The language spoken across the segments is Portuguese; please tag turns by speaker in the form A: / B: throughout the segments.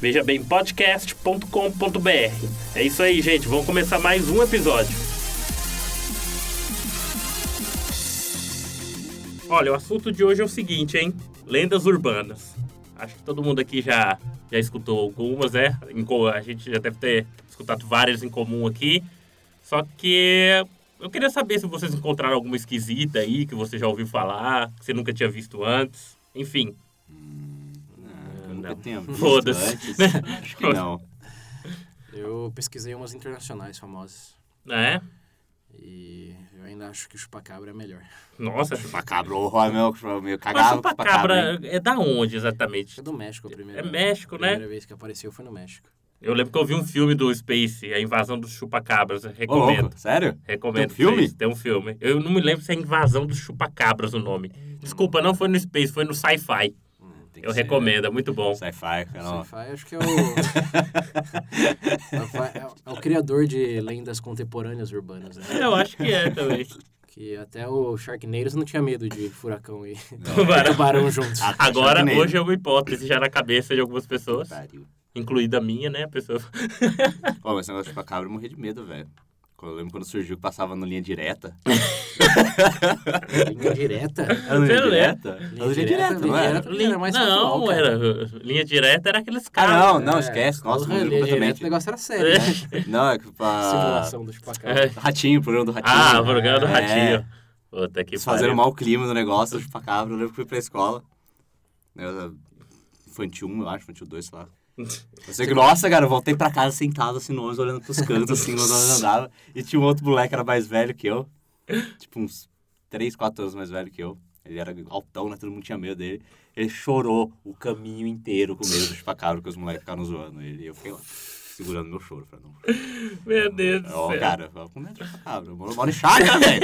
A: vejabempodcast.com.br. É isso aí, gente, vamos começar mais um episódio. Olha, o assunto de hoje é o seguinte, hein? Lendas urbanas. Acho que todo mundo aqui já, já escutou algumas, né? Em co- A gente já deve ter escutado várias em comum aqui. Só que eu queria saber se vocês encontraram alguma esquisita aí que você já ouviu falar, que você nunca tinha visto antes. Enfim,
B: Eu nunca
A: não.
B: tenho visto
A: Foda-se.
B: antes. Acho que não.
C: Eu pesquisei umas internacionais famosas
A: né?
C: e eu ainda acho que o chupacabra é melhor.
A: Nossa,
B: Chupacabra, o meu, meio
A: mas
B: cagado.
A: chupacabra
B: né?
A: é da onde exatamente?
C: É do México a primeira
A: É México,
C: a
A: né?
C: primeira vez que apareceu foi no México.
A: Eu lembro que eu vi um filme do Space, A Invasão dos Chupacabras. eu
B: Ô,
A: Recomendo.
B: louco, sério?
A: Recomendo.
B: Tem um filme?
A: vocês, Tem um filme. Eu não me lembro se é Invasão dos Chupacabras o nome. Desculpa, não foi no Space, foi no Sci-Fi.
B: Tem que
A: Eu
B: ser né?
A: recomendo, é muito bom.
B: Sci-fi,
C: Não.
B: canal.
C: acho que é o... é o- é o criador de lendas contemporâneas urbanas, né?
A: Eu acho que é também.
C: Que até o Sharkneiros não tinha medo de furacão e
B: é
A: Tubarão.
C: tubarão juntos.
B: Ah,
A: Agora,
B: Sharknado.
A: hoje é uma hipótese já na cabeça de algumas pessoas,
B: Pariu.
A: incluída a minha, né? A pessoa.
B: Pô, mas esse negócio de chupacabra eu morri de medo, velho. Quando- Eu lembro quando surgiu que passava no linha direta.
C: Linha direta.
B: Era no
A: Você lembra?
B: Era no linha
C: Linha
B: direta,
C: direta,
B: não
C: linha
B: era?
C: direta. Era mais
A: não,
C: casual, cara.
A: era. Linha direta era aqueles
B: Ah,
A: caras.
B: não,
C: É,
B: não, esquece. Nossa,
C: Linha
B: morri
C: direta,
B: completamente.
C: O negócio era sério, né?
B: Não, é que pra...
C: Simulação do chupacabra.
A: É.
B: Ratinho, programa do Ratinho.
A: Ah, o programa do
B: É.
A: Ratinho. Puta que
B: Eles fizeram
A: pariu.
B: mal o clima do negócio, do chupacabra. Eu lembro que fui pra escola. Né, Eu, infantil 1, eu acho, infantil 2, sei lá. Eu sei que, nossa, cara, eu voltei pra casa sentado, assim, no ônibus, olhando pros cantos, assim, onde nós andava. E tinha um outro moleque que era mais velho que eu. Tipo, uns 3, 4 anos mais velho que eu. Ele era altão, né? Todo mundo tinha medo dele. Ele chorou o caminho inteiro com medo do chupacabra, que os moleques ficaram zoando ele. E eu fiquei lá, segurando meu choro. Falei, não,
A: Meu Deus do
B: Ó,
A: céu.
B: cara, com medo do chupacabra. Eu moro, moro em chácara, velho.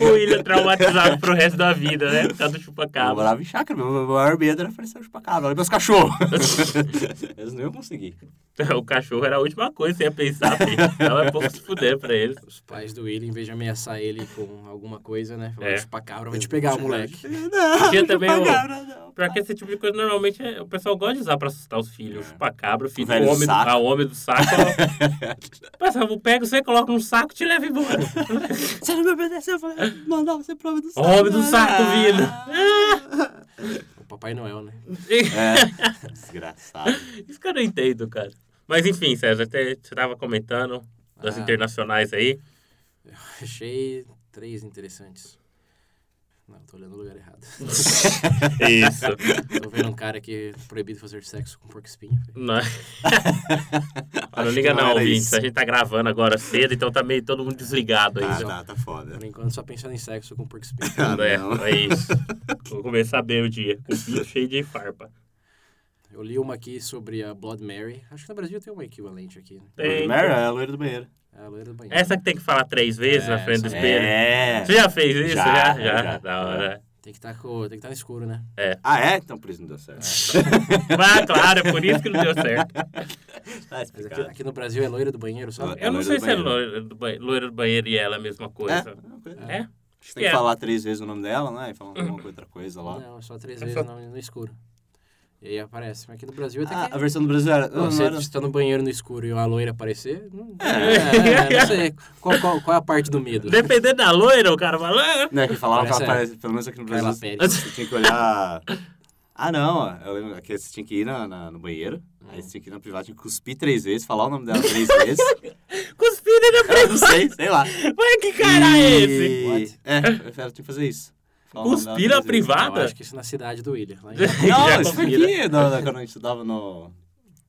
A: O William traumatizado pro resto da vida, né? Por causa do
B: Eu
A: chupacabra.
B: morava em chácara, meu meu maior medo era aparecer um chupacabra. Olha meus cachorros. Eles não iam conseguir.
A: O cachorro era a última coisa que você ia pensar, filho. Tava pouco se fuder pra eles.
C: Os pais do William, em vez de ameaçar ele com alguma coisa, né? Falaram,
A: É.
C: chupacabra, vai te pegar, moleque.
B: Não,
A: Tinha também o-
B: chupacabra, não.
A: Pra que esse tipo de coisa normalmente é- o pessoal gosta de usar pra assustar os filhos.
B: É.
A: Chupacabra, filho,
B: velho
A: o homem, do,
B: saco.
A: a homem do saco. Passava, pega você, coloca num saco e te leva embora.
B: Você não me obedeceu, eu falei, mandar você prova do saco.
A: homem do saco,
B: Ah.
A: vindo.
C: O Papai Noel, né?
B: É, desgraçado. Tá,
A: Isso que eu não entendo, cara. Mas enfim, César, até você tava comentando das
C: Ah.
A: internacionais aí.
C: Achei três interessantes. Não, tô olhando o lugar errado.
A: Isso.
C: tô vendo um cara que é proibido fazer sexo com porco espinho.
A: não, não
B: Acho
A: liga
B: que
A: não,
B: era
A: ouvintes.
B: isso.
A: A gente tá gravando agora cedo, então tá meio todo mundo desligado aí.
B: Ah,
A: só.
B: tá, tá foda.
C: Por enquanto, só pensando em sexo com porco espinho.
B: Ah,
A: é,
B: não.
A: é isso. Vou começar bem o dia. Com o bicho cheio de farpa.
C: Eu li uma aqui sobre a Blood Mary. Acho que no Brasil tem uma equivalente aqui, né?
A: Tem-
B: Mary é a loira do banheiro.
C: É a loira do banheiro.
A: Essa que tem que falar três vezes na
C: É,
A: frente do
C: essa
A: espelho.
B: É.
A: Você já fez isso? Já,
B: Já,
A: já.
B: já.
A: Da hora.
C: Tem que tá com... estar no escuro, né?
B: Ah, é? Então por isso não deu certo.
A: Mas, claro, é por isso que não deu certo.
B: Tá
C: Mas aqui,
B: explicado.
C: aqui no Brasil é loira do banheiro, só.
B: É
A: Eu não
B: loira
A: sei
B: do
A: se é
B: banheiro.
A: loira do, ba- loira do banheiro e ela é a mesma coisa.
B: É. Uhum.
A: É?
B: Você
A: Acho que
B: tem que
A: é.
B: falar três vezes o nome dela, né? E falar alguma outra coisa lá.
C: Não, só três
A: É
C: vezes
A: só-
C: no, no escuro. E aí aparece. Mas aqui no Brasil até
B: Ah,
C: que...
B: a versão do Brasil era.
C: Não,
B: não,
C: você
B: não era-
C: está no banheiro no escuro e uma loira aparecer? Não, é, não sei. Qual, qual, qual é a parte do medo?
A: Dependendo da loira, o cara fala. "Ah,
B: Não, é que falava que
C: Parece-
B: ela parece, pelo menos aqui no
C: Carla
B: Brasil,
C: Pérez.
B: você tinha que olhar... Ah, não, ó, eu lembro que você tinha que ir na, na- no banheiro,
C: Ah.
B: aí você tinha que ir na privada, tinha que cuspir três vezes, falar o nome dela três vezes,
A: Cuspida na
B: eu não
A: privada.
B: sei, sei lá.
A: Mas que cara é esse?
B: What? É, eu tinha que fazer isso. Falar o nome dela
A: Cuspir
B: três
A: na privada?
C: Eu acho que isso é na cidade do William. Lá em...
B: vezes.
A: Já
B: Não, isso foi
A: confira.
B: aqui, na- na- quando a gente estudava no...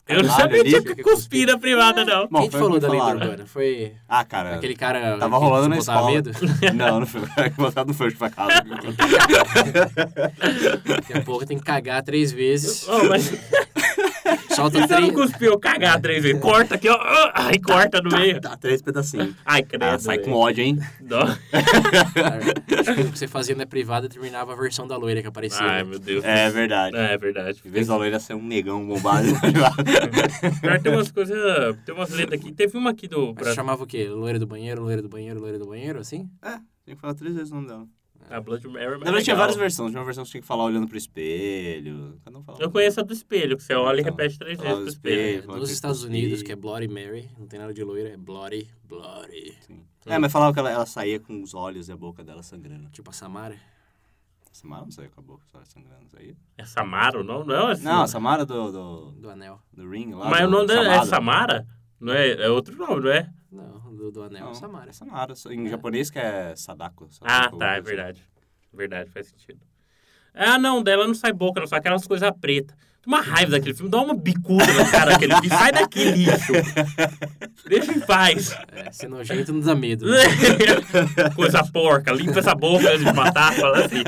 A: Eu não
B: Caralho,
A: sabia que tinha
B: ali.
A: que cuspir na privada, não.
B: Bom,
C: Quem te
B: foi
C: falou
B: o que
C: da lei
B: falaram.
C: urbana? Foi
B: Ah, cara,
C: aquele cara
B: tava
C: que
B: rolando na
C: botava
B: escola.
C: medo?
B: Não, não foi, botado no fecho pra casa.
C: Daqui a pouco tem que cagar três vezes.
A: Oh, mas
C: Solta
A: Você não
C: três.
A: cuspiu, cagar três vezes. Corta aqui, ó. Ah, Ai, corta no meio.
B: Dá três pedacinhos.
A: Ai, credo.
B: Ah, sai
A: velho.
B: com ódio, hein?
A: Dó.
C: O que você fazia na privada terminava a versão da loira que aparecia.
A: Ai,
C: né?
A: meu Deus.
B: É verdade.
A: É, é verdade.
B: Em vez da loira ser um negão bombado.
A: Pior que tem umas coisas. Tem umas letras aqui. Teve uma aqui do.
C: Mas chamava o quê? Loira do banheiro, loira do banheiro, loira do banheiro, assim?
B: é, tem que falar três vezes o nome dela.
A: A Blood Mary. é
B: Na verdade, tinha várias versões. Tinha uma versão que tinha que falar olhando pro espelho. Cada um falava.
A: Eu conheço a do espelho, que você olha e
B: Então,
A: repete três vezes
B: falava
A: pro
B: do
A: espelho.
B: espelho, falava
C: Dos
B: que-
C: Estados Unidos, que é Bloody Mary. Não tem nada de loira, é Bloody, Bloody.
B: Sim. É, mas falava que ela, ela saía com os olhos e a boca dela sangrando.
C: Tipo a Samara.
B: Samara não saía com a boca, os olhos sangrando. Saía?
A: É Samaro, não? Não, é
B: Não, a Samara do, do,
C: Do anel.
B: do Ring lá.
A: Mas
B: do,
A: o nome dela é
B: chamado.
A: Samara? Não é, é outro nome, não é?
C: Não, do, do anel é
B: Não,
C: Samara.
B: É Samara. só- Em japonês que é Sadako.
A: Ah,
B: Sadako,
A: tá, é
B: alguma coisa
A: verdade. Verdade, faz sentido. Ah, não, dela não sai boca, não sai aquelas coisas pretas. Tem uma raiva daquele filme, dá uma bicuda no cara daquele filme. Sai daqui, lixo. Deixa em paz.
C: É, ser nojento não dá medo. né?
A: Coisa porca, limpa essa boca antes de matar, fala assim.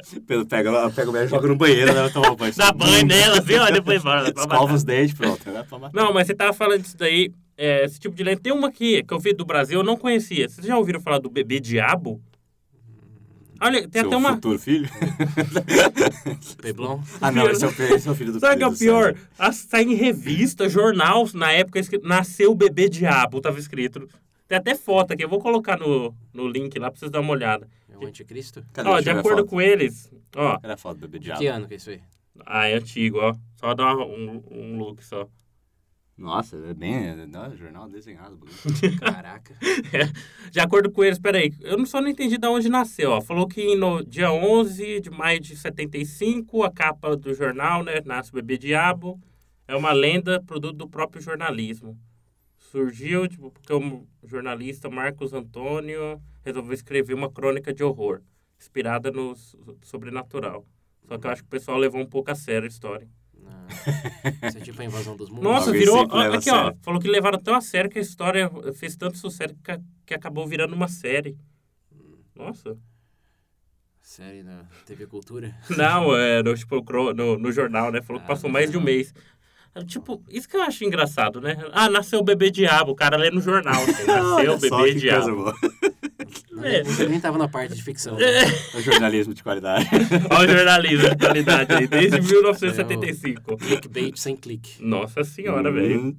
B: assim. Pelo- Pega, ela pega o beijo, joga no banheiro, ela toma banho.
A: Dá banho nela, assim, ó, depois bora.
B: Escova os dentes, pronto. Né? Pra matar.
A: Não, mas você tava falando disso daí, é, esse tipo de lenda. Tem uma aqui que eu vi do Brasil, eu não conhecia. Vocês já ouviram falar do bebê diabo? Olha, tem
B: Seu
A: até uma.
B: futuro filho?
C: Peblon.
B: ah, não, esse é o, pe- esse é o filho do
A: Sabe o que é
B: filho
A: o
B: do
A: pior?
B: Sérgio.
A: Ah, Sai em revista, jornal, na época, escrito, nasceu o bebê diabo, tava escrito. Tem até foto aqui, eu vou colocar no, no link lá pra vocês darem uma olhada.
C: É o anticristo?
B: Cadê?
A: Ó,
B: Deixa
A: de
B: eu ver a
A: acordo
B: foto.
A: com eles, ó,
B: Cadê a foto do bebê diabo?
C: Que ano que é isso aí?
A: ah, é antigo, ó, só dá uma- um, um look só.
B: Nossa, é bem. Não, jornal desenhado. bonito.
C: Caraca.
A: De acordo com eles, peraí, eu não só não entendi de onde nasceu, ó. Falou que no dia 11 de maio de 75, a capa do jornal, né, nasce o bebê diabo. É uma lenda, produto do próprio jornalismo. Surgiu, tipo, porque o jornalista Marcos Antônio resolveu escrever uma crônica de horror, inspirada no s- sobrenatural. Só que eu acho que o pessoal levou um pouco a sério a história.
C: Não. Isso é tipo a invasão dos mundos.
A: Nossa,
B: Alguém
A: virou.
B: sempre
A: ó,
B: leva a
A: Aqui, ó.
B: sério.
A: Falou que levaram tão a sério que a história fez tanto sucesso que, a- que acabou virando uma série. Nossa.
C: Série na TV Cultura.
A: Não, é, no, tipo, cro- no, no jornal, né? Falou que
C: Ah,
A: passou
C: no
A: mais de um
C: jornal.
A: mês. Ah, Tipo, isso que eu acho engraçado, né? Ah, nasceu o bebê diabo, o cara lê no jornal. assim, nasceu o
B: Olha É só
A: bebê
B: que coisa
A: diabo.
B: boa.
A: É.
C: Você nem tava na parte de ficção. né?
B: É jornalismo de qualidade.
A: Olha o jornalismo de qualidade aí, desde 1975.
C: Clickbait sem clique.
A: Nossa senhora,
B: Hum.
A: velho.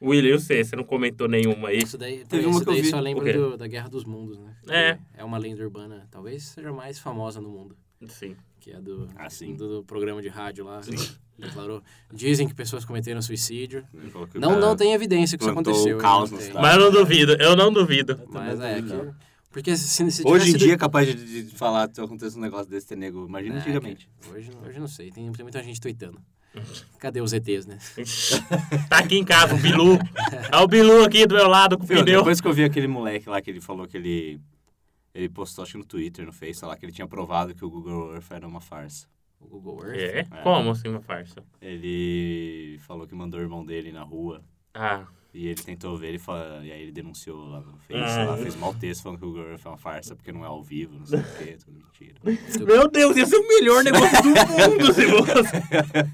A: William, eu sei, você não comentou nenhuma aí.
C: Isso daí,
B: Teve uma
C: isso
B: que eu
C: daí
B: vi.
C: só
A: O quê?
C: lembra do- da Guerra dos Mundos, né? Que
A: É.
C: É uma lenda urbana, talvez seja a mais famosa no mundo.
A: Sim.
C: Que é do,
B: Ah, sim.
C: do, do programa de rádio lá. Declarou. Dizem que pessoas cometeram suicídio.
B: Ele falou que o
C: Não,
B: cara-
C: não tem evidência que isso
B: plantou
C: aconteceu.
B: o caos
C: não
B: na
C: tem.
B: cidade.
A: Mas eu não duvido, eu não duvido.
C: Mas
B: Também
C: é
B: não.
C: que. Porque se, se
B: Hoje em
C: tivesse
B: dia é capaz de, de falar se acontece um negócio desse, ter nego.
C: do-
B: Imagina
C: Ah,
B: antigamente.
C: cara, Hoje, hoje não sei, tem, tem muita gente tweetando. Cadê os ETs, né?
A: Tá aqui em casa, o Bilu. É o Bilu aqui do meu lado com o
B: Viu,
A: pneu.
B: depois que eu vi aquele moleque lá que ele falou que ele. Ele postou, acho que no Twitter, no Face, sei lá, que ele tinha provado que o Google Earth era uma farsa.
C: O Google Earth.
A: É? Como assim, uma farsa?
B: Ele falou que mandou o irmão dele na rua
A: Ah,
B: e ele tentou ver, ele fala, e aí ele denunciou lá no Face,
A: Ah,
B: lá,
A: é.
B: fez mal texto falando que o Google Earth é uma farsa porque não é ao vivo, não sei o quê, tudo mentira.
A: Meu Deus, esse é o melhor negócio do mundo, se você.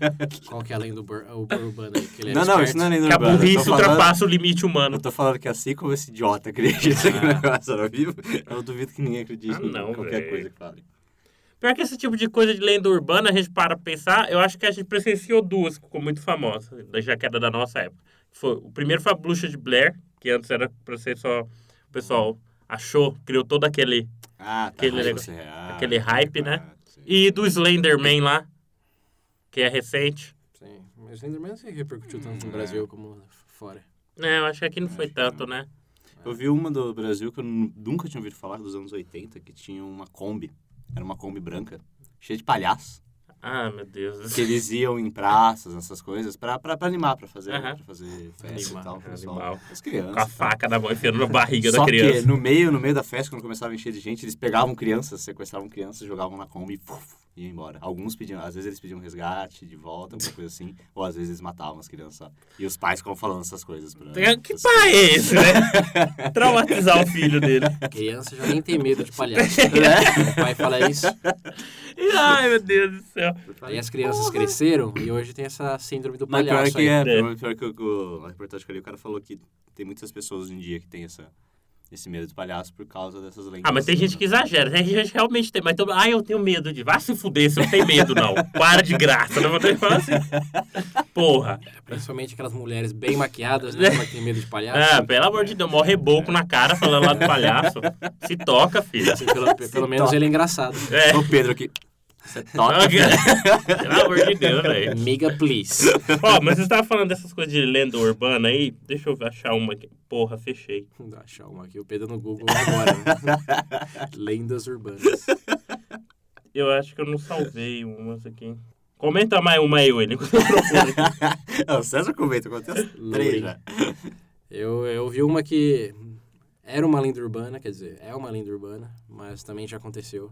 C: Qual que é a lenda ur- o- urbana? aí? Que ele era
B: Não, não,
C: esperto?
B: isso não é nem
A: Que a
B: urbano.
A: burrice
B: eu tô falando-
A: ultrapassa o limite
B: Eu
A: humano.
B: tô falando que assim como esse idiota acredita que o negócio era ao vivo, eu duvido que ninguém acredite
A: Ah,
B: em
A: não,
B: qualquer
A: velho.
B: coisa que fale.
A: Pior que esse tipo de coisa de lenda urbana, a gente para pra pensar, eu acho que a gente presenciou duas que ficou muito famosas, da jaqueta da nossa época. Foi, o primeiro foi a bruxa de Blair, que antes era pra ser só. O pessoal achou, criou todo aquele.
B: Ah, tá.
A: Aquele
B: mas
A: negócio-
B: você- ah,
A: aquele hype, né?
B: ah, sim.
A: E do Slenderman lá, que é recente.
C: Sim, mas Slenderman não sei se repercutiu tanto no Brasil como fora.
A: É, eu acho que aqui não foi tanto, né?
B: Eu vi uma do Brasil que eu nu- nunca tinha ouvido falar, dos anos 80, que tinha uma Kombi. Era uma Kombi branca, cheia de palhaço.
A: Ah, meu Deus. do
B: Que
A: céu.
B: eles iam em praças, essas coisas, pra, pra, pra animar, pra fazer,
A: Aham.
B: pra fazer festa
C: Animar,
B: e tal. pro pessoal.
A: animal.
B: As crianças.
A: Com a
B: e tal.
A: faca na mão enfiando na barriga
B: Só
A: da criança.
B: que no meio, no meio da festa, quando começava a encher de gente, eles pegavam crianças, sequestravam crianças, jogavam na Kombi e puf, e ia embora. Alguns pediam, às vezes eles pediam resgate de volta, alguma coisa assim, ou às vezes eles matavam as crianças só. E os pais ficam falando essas coisas pra.
A: Que pai é esse, né? Traumatizar o filho dele.
C: Criança já nem tem medo de palhaço.
B: É.
C: O pai fala isso.
A: Ai, meu Deus do céu.
C: Aí as crianças cresceram e hoje tem essa síndrome do
B: Mas pior
C: palhaço.
B: que
C: aí.
B: é,
A: É.
B: pior que o, o- a reportagem que eu li, o cara falou que tem muitas pessoas hoje em dia que tem essa, esse medo de palhaço por causa dessas lendas. assim, né?
A: Ah, mas tem
B: um
A: gente que exagera, tem gente que realmente tem, mas então, ah, eu tenho medo de, vá se fuder, você não tem medo não, para de graça, não vou ter que falar assim. Porra,
C: Principalmente aquelas mulheres bem maquiadas, né? Que tem medo de
B: É assim.
C: palhaço.
A: ah, pelo amor de Deus, morre reboco na cara falando lá do palhaço, se toca, filho.
C: Assim, pelo pelo menos
B: toca.
C: ele é engraçado.
A: É,
B: O Pedro aqui. Você toca.
A: pelo amor de Deus, velho.
C: Amiga, please.
A: Ó, mas você tava falando dessas coisas de lenda urbana aí, deixa eu achar uma aqui. Porra, fechei.
C: Vou achar uma aqui. O Pedro no Google agora. né? Lendas urbanas.
A: Eu acho que eu não salvei umas aqui. Comenta mais uma aí, William, enquanto eu procuro.
B: Ah, o César comenta, aconteceu as três já.
C: Eu, eu vi uma que era uma lenda urbana, quer dizer, é uma lenda urbana, mas também já aconteceu.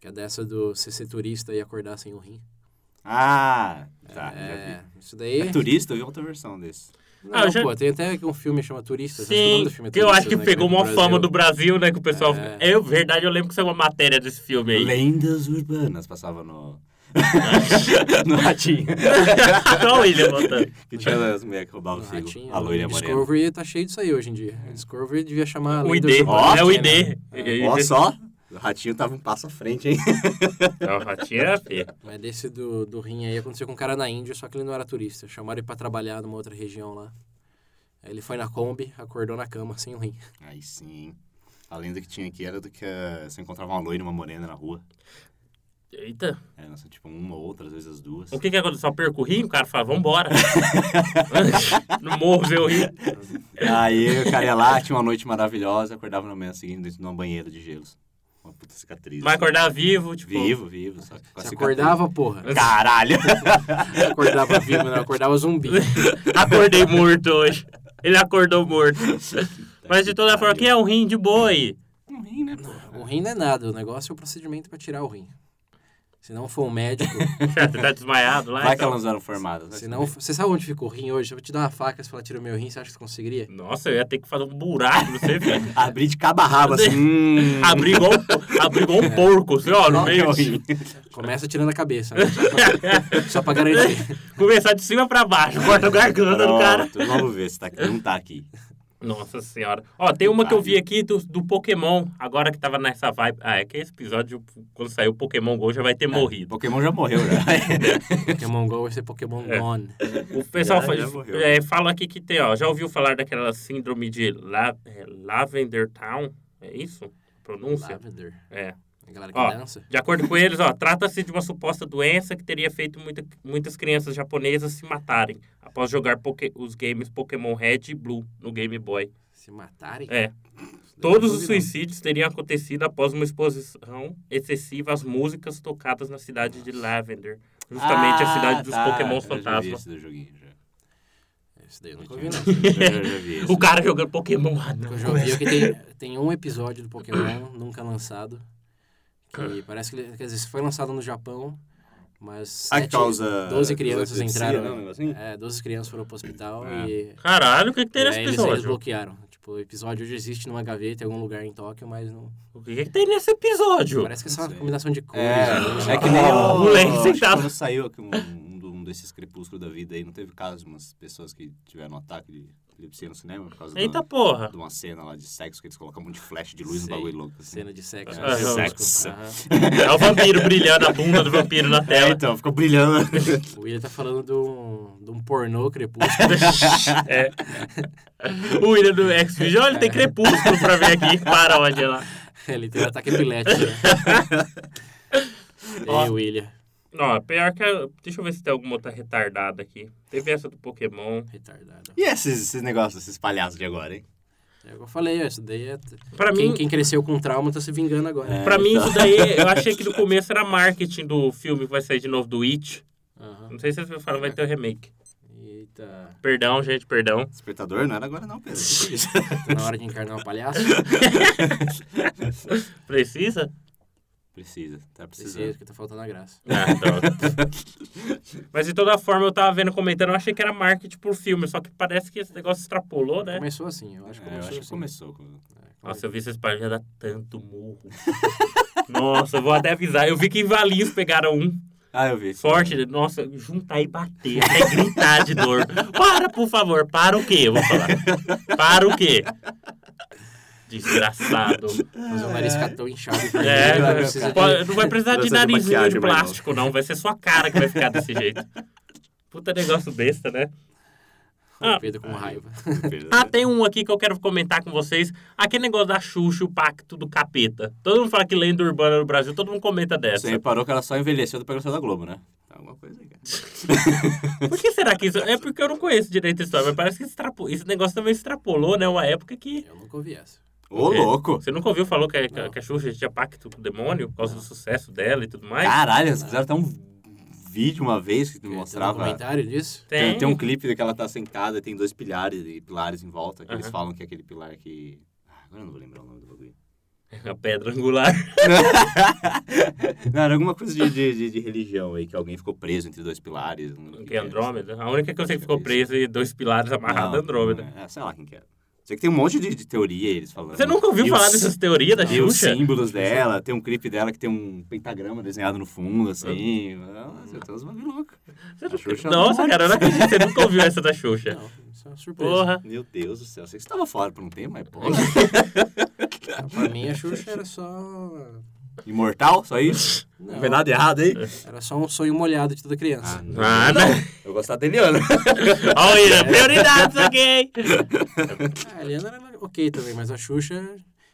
C: Que é dessa do você ser turista e acordar sem um rim.
B: Ah, tá. já
C: É,
B: vi.
C: isso daí.
B: É turista, eu vi outra versão desse.
C: Não,
A: Ah, eu já-
C: pô, tem até um filme que chama Turistas. acho que o nome
A: Sim,
C: do filme é
A: que eu acho
C: Turistas,
A: que
C: né,
A: pegou
C: veio
A: uma
C: pro
A: fama do
C: Brasil.
A: Brasil, né? Que o pessoal.
C: É.
A: Eu, verdade, eu lembro que saiu uma matéria desse filme aí.
B: Lendas urbanas passava no. no ratinho.
A: Só o William botando.
B: Que tinha as mulheres que roubavam o
C: No
B: figo.
C: Um Ratinho,
B: A loira é
C: o
B: morena.
C: Ah, Discovery tá cheio disso aí hoje em dia. O Discovery devia chamar
A: É. O
C: lendas
A: ID.
C: urbanas,
A: é o
C: né?
A: ID.
B: Ó só, o ratinho tava um passo à frente, hein?
C: É
A: Não, ratinho era feio.
C: Mas desse do, do rim aí aconteceu com um cara na Índia, só que ele não era turista. Chamaram ele pra trabalhar numa outra região lá. Aí ele foi na Kombi, acordou na cama sem o rim.
B: Aí sim. A lenda que tinha aqui era do que eh, você encontrava uma loira e uma morena na rua.
A: Eita.
B: É, nossa, tipo, uma ou outra, às vezes as duas.
A: O que que aconteceu? Só percorri, o cara fala, vambora. no morro ver o rio.
B: Aí o cara ia lá, tinha uma noite maravilhosa, acordava na manhã seguinte dentro de uma banheira de gelos. Uma puta cicatriz.
A: Vai
B: assim.
A: acordar vivo, tipo.
B: Vivo, vivo. Só que com a
C: Você
B: cicatriz.
C: acordava, porra.
B: Caralho!
C: acordava vivo, não, acordava zumbi.
A: Acordei morto hoje. Ele acordou morto. Mas de toda forma, que é um rim de boi?
B: Um rim, né, pô?
C: O rim não é nada, o negócio é o procedimento pra tirar o rim. Se não for um médico,
A: Você tá desmaiado lá?
B: Vai que
A: então.
B: elas eram formadas. né? vai
C: se
B: saber.
C: não, você sabe onde ficou o rim hoje? Se eu te dar uma faca e falar tira o meu rim, você acha que é você conseguiria?
A: Nossa, eu ia ter que fazer um buraco, você viu?
B: Abrir de cabo a rabo, assim. hum,
A: Abrir igual, um- abrir igual um porco, assim, ó, no
B: qual que é
A: meio.
B: o rim?
C: Começa tirando a cabeça, né? Só pra garantir.
A: Começar de cima pra baixo, corta a garganta do cara.
B: Pronto, vamos ver se tá aqui. Não tá aqui.
A: Nossa senhora. Ó, tem uma que eu vi aqui do, do Pokémon, agora que tava nessa vibe. Ah, é que esse episódio, quando saiu o Pokémon GO, já vai ter
B: O
A: morrido.
B: Pokémon já morreu, já.
C: Pokémon GO vai ser Pokémon Gone.
A: O pessoal
B: Já-
A: fa-
B: já morreu.
A: é, fala aqui que tem, ó, já ouviu falar daquela síndrome de La, é, Lavender Town? É isso? a Pronúncia?
C: Lavender.
A: É.
C: A galera que
A: Ó,
C: dança.
A: de acordo com eles, ó, trata-se de uma suposta doença que teria feito muita- muitas crianças japonesas se matarem após jogar poké- os games Pokémon Red e Blue no Game Boy.
C: Se matarem?
A: É.
C: Isso daí
A: Todos
C: não
A: os
C: duvido,
A: suicídios teriam acontecido após uma exposição excessiva às músicas tocadas na cidade de Lavender, justamente a cidade dos
B: Ah, tá.
A: Pokémon
B: Eu já vi
A: fantasma.
B: esse do joguinho, já.
C: não. Isso daí eu
B: Eu
C: nunca
B: já
C: vi, não.
B: vi esse.
A: O cara jogando Pokémon. Ah,
C: O que
A: não.
C: Eu já ouvi é que tem, tem um episódio do Pokémon nunca lançado.
B: É.
C: Que parece que ele- quer dizer, foi lançado no Japão, mas.
B: A
C: sete-
B: causa...
C: 12 crianças
B: epilepsia,
C: entraram.
B: Não, um negocinho?
C: É, 12 crianças foram pro hospital
B: Ah.
C: e.
A: Caralho, o que, que tem
C: e
A: nesse
C: aí eles, eles
A: episódio?
C: bloquearam. Tipo, o episódio hoje existe numa gaveta em algum lugar em Tóquio, mas não.
A: O que, que tem nesse episódio?
C: Parece que é só
B: Não
C: uma
B: sei.
C: combinação de cores.
B: É,
C: né?
B: é que nem o...
A: Moleque
B: acho que
A: sentado.
B: Quando saiu aqui um, um, do- um desses crepúsculos da vida aí, não teve caso de umas pessoas que tiveram um ataque de epilepsia no cinema por causa
A: Eita
B: da,
A: porra.
B: de uma cena lá de sexo que eles colocam um monte de flash de luz
C: Sei.
B: no bagulho louco. Assim.
C: Cena de sexo.
A: Ah,
C: né?
B: sexo.
C: Aham.
A: É o vampiro brilhando, a bunda do vampiro na
B: É,
A: tela.
B: então, ficou brilhando.
C: O William tá falando de um, de um pornô crepúsculo.
A: É. O William do x videos olha, tem crepúsculo pra ver aqui. Paródia lá.
C: Ele tem um ataque epilético, né? Ei, William.
A: Ó, pior que. a- Deixa eu ver se tem alguma outra retardada aqui. Teve essa do Pokémon.
C: Retardado.
B: E esses, esses negócios, esses palhaços de agora, hein?
C: É o que eu falei, ó, isso daí é.
A: Pra
C: quem,
A: mim.
C: quem cresceu com trauma tá se vingando agora.
A: Pra mim,
B: então.
A: isso daí, eu achei que no começo era marketing do filme que vai sair de novo do It.
C: Aham.
A: Não sei se vocês falaram, vai ter o remake.
C: Eita.
A: Perdão, gente, perdão.
B: Despertador não era agora não, Pedro. Que isso?
C: Tá na hora de encarnar um palhaço?
A: Precisa?
B: Precisa, tá
C: Esse é
B: precisando.
C: isso que tá faltando a graça.
A: Ah, droga. Mas de toda forma, eu tava vendo comentando, eu achei que era marketing por filme, só que parece que esse negócio extrapolou, né?
C: Começou assim, eu acho que
B: É, eu
C: começou
B: acho que
C: assim.
B: começou. com-
A: Nossa, eu vi esses páginas dar tanto murro. Nossa, eu vou até avisar. Eu vi que em Valinhos pegaram um
B: Ah, eu vi.
A: forte. Nossa, juntar e bater, até gritar de dor. Para, por favor. Para o quê? Eu vou falar. Para o quê? Desgraçado.
C: Mas o nariz fica tão inchado. que
A: É,
C: não
A: não,
C: precisa de-
A: pode- não vai precisar de
B: Precisa de
A: narizinho de
B: maquiagem, mas não.
A: plástico, não. Vai ser sua cara que vai ficar desse jeito. Puta negócio besta, né? Ah.
C: O um Pedro com raiva.
B: né?
A: Ah, tem um aqui que eu quero comentar com vocês. Aquele negócio da Xuxa, o pacto do capeta. Todo mundo fala que lenda urbana no Brasil, todo mundo comenta dessa.
B: Você reparou que ela só envelheceu depois que ela saiu da Globo, né? Tá alguma coisa aí, cara.
A: Por que será que isso... É porque eu não conheço direito a história, mas parece que extrapo- esse negócio também extrapolou, né? Uma época que...
C: Eu nunca ouvi essa.
B: Ô,
A: É.
B: louco!
A: Você nunca ouviu falou que a, que a-
C: Não.
A: que a Xuxa tinha pacto com o demônio por causa do sucesso dela e tudo mais?
B: Caralho, eles fizeram até um vídeo uma vez que
C: Tem um
B: mostrava.
C: comentário disso?
B: Tem, tem um clipe de que ela tá sentada e tem dois pilares e pilares em volta, que eles
A: Aham.
B: falam que é aquele pilar que. Ah, agora eu não vou lembrar o nome do bagulho. um
A: A pedra angular.
B: não, era alguma coisa de, de, de- de religião aí, que alguém ficou preso entre dois pilares. não lembro o
A: Que é
B: era.
A: Andrômeda. A única que eu sei que
B: Deixa eu
A: ficou presa e dois pilares amarrados é
B: Não,
A: Andrômeda.
B: não é. É, sei lá quem que era. Sei que tem um monte de, de teoria eles falando.
A: Você nunca ouviu
B: E
A: falar
B: os-
A: dessas teorias da
B: E os
A: Xuxa?
B: símbolos dela, tem um clipe dela que tem um pentagrama desenhado no fundo, assim. Nossa, eu tô uns bagulho louco.
A: Você
B: A
A: nunca-
B: Xuxa
A: Nossa,
B: não-
A: cara, eu não acredito. Você nunca ouviu essa da Xuxa.
C: Não, isso é uma surpresa.
A: Porra.
B: Meu Deus do céu, sei que você tava fora por um tempo, mas porra.
C: Pra mim, a Xuxa era só...
B: Imortal, só isso? Não,
C: Não.
B: vem nada errado aí?
C: Era só um sonho molhado de toda criança.
B: não.
A: Ah, não.
B: Eu gostava da Eliana.
A: Olha, prioridades, ok?
C: Ah, a Eliana era ok também, mas a Xuxa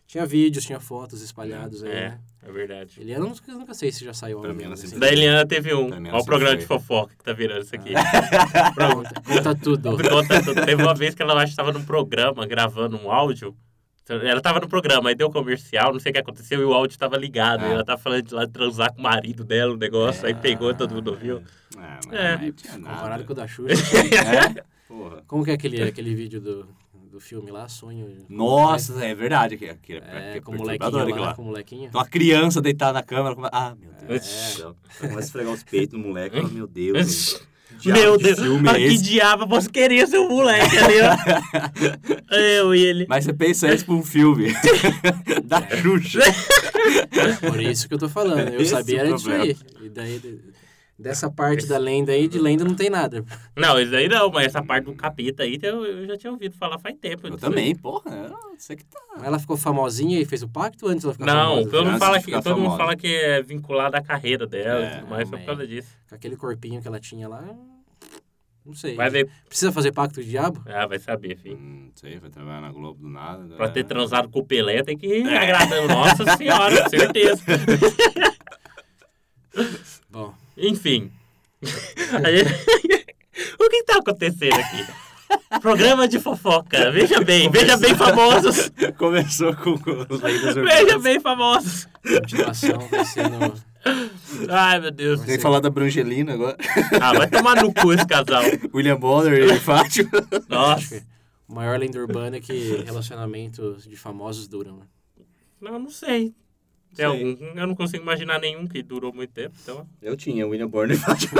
C: tinha vídeos, tinha fotos espalhados aí,
A: É,
C: né?
A: é verdade.
C: Eliana, eu nunca, nunca sei se já saiu.
B: Pra
C: alguma
B: mim, ela
C: coisa
B: sempre
A: Da Eliana teve um.
B: Também não
A: Olha o
B: sei
A: programa
B: se
A: de
B: foi.
A: fofoca que tá virando isso aqui.
B: Ah.
C: Conta, conta tudo.
A: Conta tudo. Teve uma vez que ela acho que tava num programa gravando um áudio. Ela tava no programa, aí deu comercial, não sei o que aconteceu, e o áudio tava ligado.
B: Ah.
A: E ela tava falando de lá de transar com o marido dela, o negócio, aí pegou, todo mundo ouviu.
B: Ah, mas
A: É.
B: não tinha nada.
C: Comparado com o da Xuxa.
B: É? Porra.
C: Como que é aquele, aquele vídeo do, do filme lá, Sonho?
B: Nossa, é verdade que, que,
C: É,
B: que é
C: com o molequinho
B: perturbador
C: lá,
B: aquilo
C: com o molequinho.
B: Então a criança deitada na câmera. Como... Ah, meu Deus.
A: É.
B: do céu. Começa a esfregar os peitos no moleque. fala, meu Deus. diabo
A: Meu
B: de
A: Deus,
B: filme
A: ah,
B: é
A: que
B: esse?
A: diabo, você queria seu moleque ali, ó. Eu e ele.
B: Mas você pensa isso pra um filme. da
A: É.
B: Xuxa.
C: Por isso que eu tô falando.
B: Então,
C: Eu
B: Esse é
C: sabia
B: o
C: era disso aí.
B: problema.
C: E daí, de- dessa parte da lenda aí, de lenda não tem nada.
A: Não, isso aí não, mas essa parte do capeta aí eu, eu já tinha ouvido falar faz tempo.
B: Eu
A: disso
B: também, porra. Você que tá.
C: Mas Ela ficou famosinha e fez o pacto antes ela
A: aí.
C: ficar
A: Não,
C: famosa.
A: todo mundo,
B: antes
A: fala
B: de
A: que,
B: ficar
A: todo mundo
B: famosa.
A: fala que é vinculado à carreira dela e
B: É,
A: tudo mais, só por
C: amém.
A: causa disso.
C: Com aquele corpinho que ela tinha lá, não sei.
A: Vai ver.
C: Precisa fazer pacto com o diabo?
A: Ah, vai saber, filho.
B: Hum, Não sei, foi trabalhar na Globo do nada.
A: Pra ter
B: né?
A: transado com o Pelé tem que ir
B: É.
A: agradando. Nossa senhora, com certeza.
C: Bom,
A: Enfim. Aí- o que que tá acontecendo aqui? Programa de fofoca. Veja bem, veja bem famosos.
B: Começou com com os leigos
A: Veja bem famosos.
C: a continuação vai ser no...
A: Ai, meu Deus.
B: Tem que falar da Brangelina agora.
A: Ah, vai tomar no cu esse casal.
B: William Bonner e Fátio.
A: Nossa.
C: O maior lenda urbana é que relacionamentos de famosos duram. né?
A: Não, não sei. Tem
B: Sei.
A: algum, eu não consigo imaginar nenhum que durou muito tempo, então...
B: Eu tinha William Bonner e Fátio.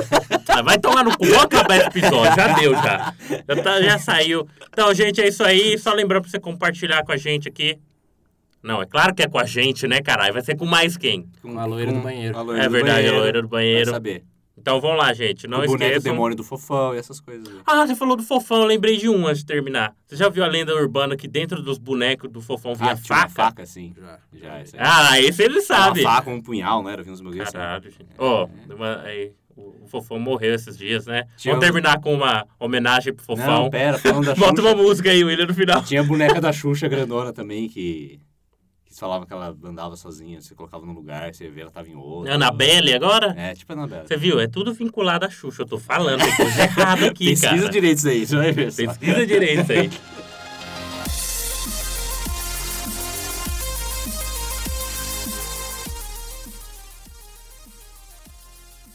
A: Ah, vai tomar no cu, vamos acabar esse episódio, já deu, já. Já, tá- já saiu. Então, gente, é isso aí. Só lembrando pra você compartilhar com a gente aqui. Não, é claro que é com a gente, né, caralho? Vai ser com mais quem?
C: Com a loira do banheiro.
B: a loira
A: É
B: do
A: verdade, a
B: banheiro.
A: loira do
B: Vai
A: banheiro.
B: saber.
A: Então, vamos lá, gente. Não
B: o boneco
A: esqueçam.
B: demônio do fofão e essas coisas. né?
A: Ah, você falou do fofão, eu lembrei de um antes de terminar. Você já viu a lenda urbana que dentro dos bonecos do fofão vinha
B: Ah, tinha
A: faca?
B: uma faca, assim.
C: Já.
B: Já, esse aí.
A: Ah, esse ele sabe.
B: Uma faca, um punhal, não era? Vinha uns bagulhos assim.
A: Caralho, gente. Ó, uma- aí, o o fofão morreu esses dias, né?
B: Tinha
A: Vamos
B: um-
A: terminar com uma homenagem pro fofão.
B: Não, pera, falando da
A: Bota uma
B: Xuxa.
A: música aí, William, no final.
B: Tinha a boneca da Xuxa grandona também, que... Que falava que ela andava sozinha, você colocava num lugar, você vê, ela tava em outro.
A: Anabelle agora?
B: um- É, tipo a Anabela.
A: Você viu? É tudo vinculado à Xuxa. Eu tô falando, tem coisa errada aqui,
B: Pesquisa
A: cara.
B: direito isso aí, você vai ver. só.
A: Pesquisa direito isso aí.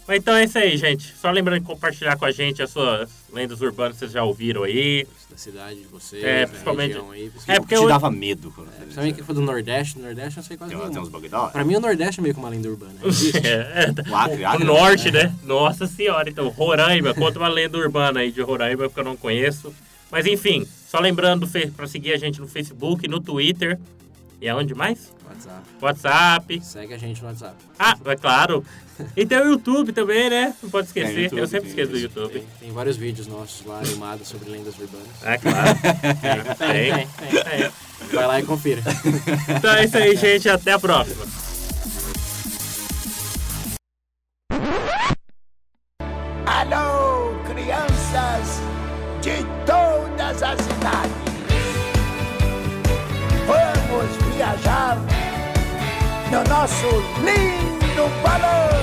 A: Mas então é isso aí, gente. Só lembrando de compartilhar com a gente as suas lendas urbanas que vocês já ouviram aí.
C: Da cidade de vocês,
A: É,
C: da
A: principalmente-
C: região aí.
A: É,
C: Principalmente,
A: porque
B: Te
A: eu-
B: dava medo. quando eu fazia
C: principalmente
B: isso.
C: que um foi do Nordeste. Do Nordeste eu não sei quase
B: Tem
C: nenhuma.
B: tem uns bagulho da hora.
C: Pra mim, o Nordeste é meio que uma lenda urbana. né?
A: É,
B: O Acre,
A: o
B: Acre,
A: norte, né? Nossa senhora, então, Roraima, conta uma lenda urbana aí de Roraima que eu não conheço. Mas enfim, só lembrando fe- pra seguir a gente no Facebook, no Twitter. E aonde mais?
C: WhatsApp.
A: WhatsApp.
C: Segue a gente no WhatsApp.
A: Ah, é claro. E tem o YouTube também, né? Não pode
B: Tem
A: esquecer.
B: YouTube,
A: eu sempre
B: tem
A: esqueço do
B: YouTube.
A: YouTube.
C: Tem, tem vários vídeos nossos lá animados sobre lendas urbanas.
A: Ah, claro. tem, tem, tem. É.
C: Vai lá e confira.
A: Então é isso aí, gente. Até a próxima.
D: Alô, crianças de todas as idades. Vamos viajar no nosso lindo balão.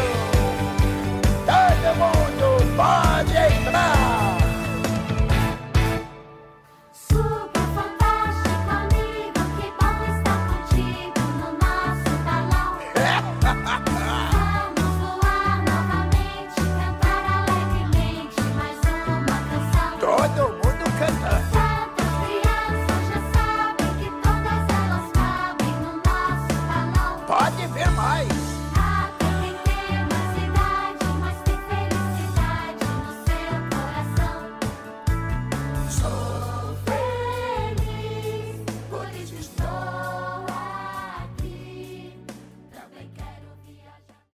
D: Todo mundo pode entrar.
E: Super fantástico amigo, que bom estar contigo no nosso talão. Vamos voar novamente, cantar alegremente mais uma canção.
D: Todo